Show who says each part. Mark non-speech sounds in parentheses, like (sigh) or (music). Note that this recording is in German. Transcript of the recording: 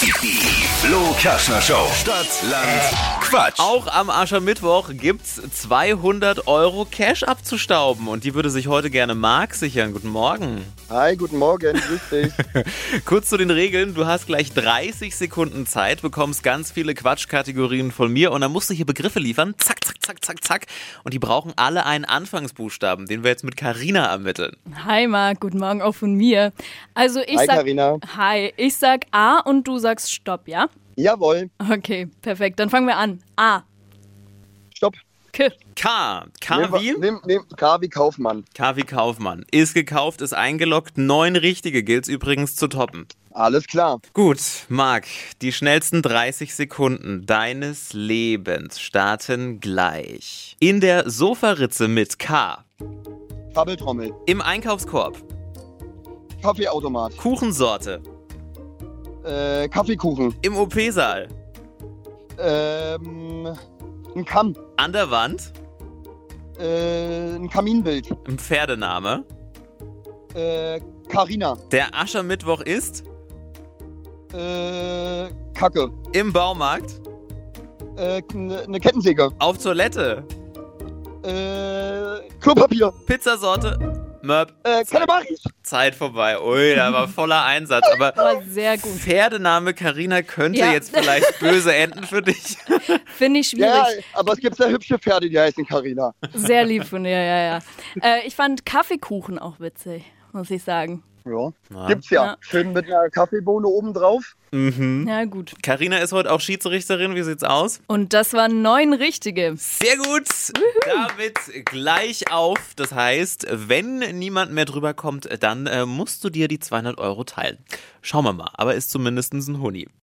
Speaker 1: Die Flo Kaschner Show. Stadt, Land, Quatsch.
Speaker 2: Auch am Aschermittwoch gibt's 200 Euro Cash abzustauben und die würde sich heute gerne Marc sichern. Guten Morgen.
Speaker 3: Hi, guten Morgen, grüß dich.
Speaker 2: Kurz zu den Regeln. Du hast gleich 30 Sekunden Zeit, bekommst ganz viele Quatschkategorien von mir und dann musst du hier Begriffe liefern. Zack, zack, zack, zack, zack. Und die brauchen alle einen Anfangsbuchstaben, den wir jetzt mit Karina ermitteln.
Speaker 4: Hi Marc, guten Morgen auch von mir. Also (laughs) ich
Speaker 3: Hi,
Speaker 4: sag
Speaker 3: Carina.
Speaker 4: Hi, ich sag A und du sagst Stopp, ja?
Speaker 3: Jawohl,
Speaker 4: Okay, perfekt. Dann fangen wir an. A.
Speaker 3: stopp.
Speaker 4: K.
Speaker 2: K. K
Speaker 3: Nehmen wir-
Speaker 2: wie?
Speaker 3: Nehm, nehm, K wie Kaufmann.
Speaker 2: K wie Kaufmann. Ist gekauft, ist eingeloggt. Neun richtige gilt's übrigens zu toppen.
Speaker 3: Alles klar.
Speaker 2: Gut, Marc, die schnellsten 30 Sekunden deines Lebens starten gleich. In der Sofaritze mit K,
Speaker 3: Kabeltrommel,
Speaker 2: im Einkaufskorb,
Speaker 3: Kaffeeautomat,
Speaker 2: Kuchensorte,
Speaker 3: äh, Kaffeekuchen,
Speaker 2: im OP-Saal,
Speaker 3: ähm, ein Kamm,
Speaker 2: an der Wand,
Speaker 3: äh, ein Kaminbild,
Speaker 2: im Pferdename.
Speaker 3: äh, Carina,
Speaker 2: Der Aschermittwoch ist
Speaker 3: äh, Kacke,
Speaker 2: im Baumarkt,
Speaker 3: äh, eine Kettensäge,
Speaker 2: auf Toilette,
Speaker 3: äh, Klopapier,
Speaker 2: Pizzasorte, Möb,
Speaker 3: äh, Kalamaris.
Speaker 2: Zeit vorbei. Ui, da
Speaker 4: (laughs)
Speaker 2: war voller Einsatz, aber...
Speaker 4: War sehr gut.
Speaker 2: Pferdename Karina könnte
Speaker 4: Ja.
Speaker 2: jetzt vielleicht böse enden für dich. (laughs)
Speaker 4: Finde ich
Speaker 3: Ja,
Speaker 4: schwierig.
Speaker 3: aber es gibt sehr hübsche Pferde, die heißen Carina.
Speaker 4: Sehr lieb von dir, ja, ja. Äh, ich fand Kaffeekuchen auch witzig, muss ich sagen.
Speaker 3: Ja.
Speaker 2: Ja.
Speaker 3: Gibt's ja.
Speaker 4: Ja.
Speaker 3: Schön mit einer Kaffeebohne obendrauf.
Speaker 2: Mhm.
Speaker 4: Na gut.
Speaker 2: Karina ist heute auch Schiedsrichterin. Wie sieht's aus?
Speaker 4: Und das waren neun richtige.
Speaker 2: Sehr gut. Damit gleich auf. Das heißt, wenn niemand mehr drüber kommt, dann äh, musst du dir die 200 Euro teilen. Schauen wir mal. Aber ist zumindest ein Huni.